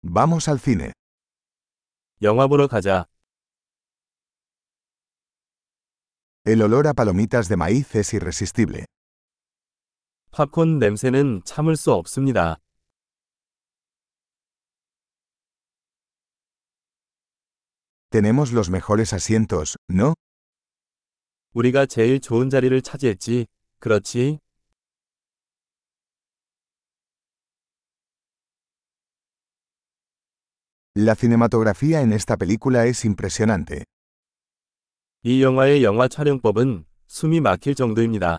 Vamos al cine. 영화 보러 가자. El olor a palomitas de maíz es irresistible. 팝콘 냄새는 참을 수 없습니다. Tenemos los mejores asientos, ¿no? 우리가 제일 좋은 자리를 차지했지. 그렇지? La cinematografía en esta película es impresionante. 이 영화의 영화 촬영법은 숨이 막힐 정도입니다.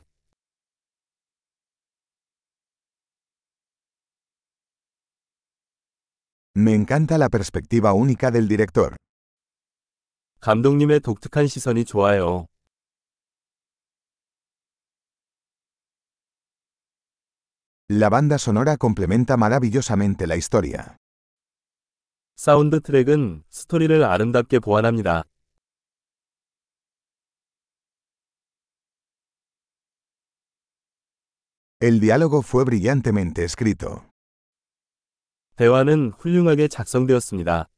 Me encanta la perspectiva única del director. 감독님의 독특한 시선이 좋아요. La banda sonora complementa maravillosamente la historia. 사운드 트랙은 스토리를 아름답게 보완합니다. El diálogo fue brillantemente escrito. 대화는 훌륭하게 작성되었습니다.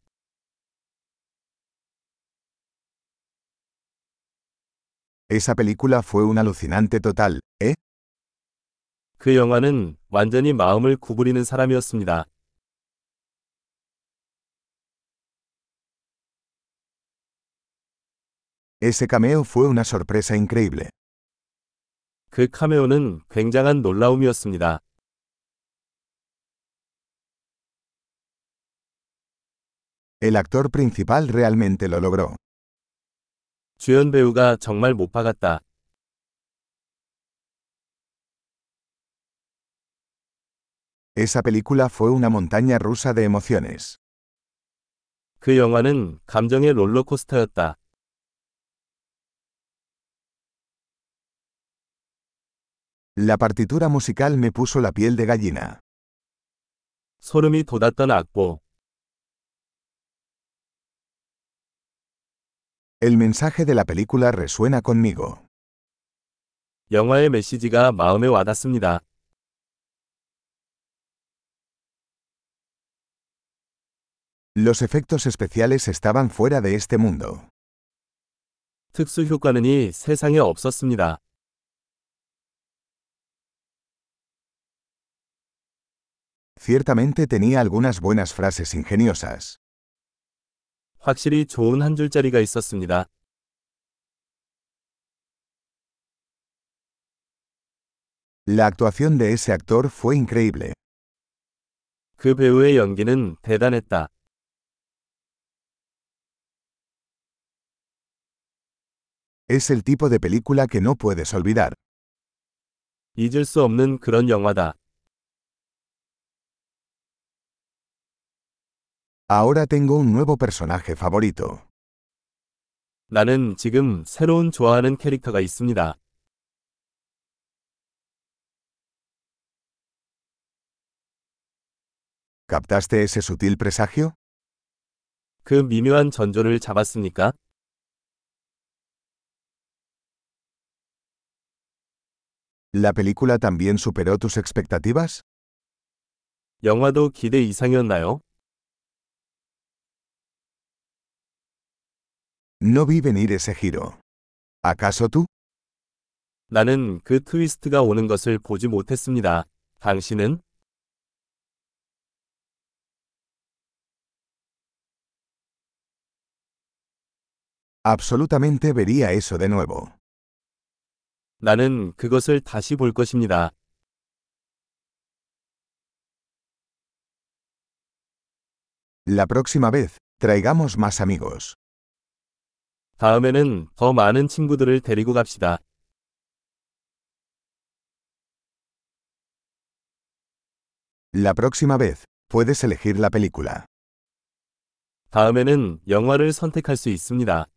Esa película fue un alucinante total, ¿eh? 그 영화는 완전히 마음을 구부리는 사람이었습니다. Ese cameo fue una sorpresa increíble. 그 카메오는 굉장한 놀라움이었습니다. El actor principal realmente lo logró. 주연 배우가 정말 못 박았다. Esa película fue una montaña rusa de emociones. 그 영화는 감정의 롤러코스터였다. La partitura musical me puso la piel de gallina. 소름이 돋았던 악보. El mensaje de la película resuena conmigo. 영화의 메시지가 마음에 와닿습니다. Los efectos especiales estaban fuera de este mundo. 특수 효과는 이 세상에 없었습니다. Ciertamente tenía algunas buenas frases ingeniosas. 확실히 좋은 한 줄짜리가 있었습니다. La actuación de ese actor fue increíble. 그 배우의 연기는 대단했다. Es el tipo de película que no puedes olvidar. 잊을 수 없는 그런 영화다. Ahora tengo un nuevo personaje favorito. 나는 지금 새로운 좋아하는 캐릭터가 있습니다. ¿Captaste ese sutil presagio? 그 미묘한 전조를 잡았습니까? ¿La película también superó tus expectativas? 영화도 기대 이상이었나요? No vi venir ese giro. ¿Acaso tú? 나는 그 트위스트가 오는 것을 보지 못했습니다. 당신은? Absolutamente vería eso de nuevo. 나는 그것을 다시 볼 것입니다. La próxima vez, traigamos más amigos. 다음에는 더 많은 친구들을 데리고 갑시다. La próxima vez, puedes elegir la película. 다음에는 영화를 선택할 수 있습니다.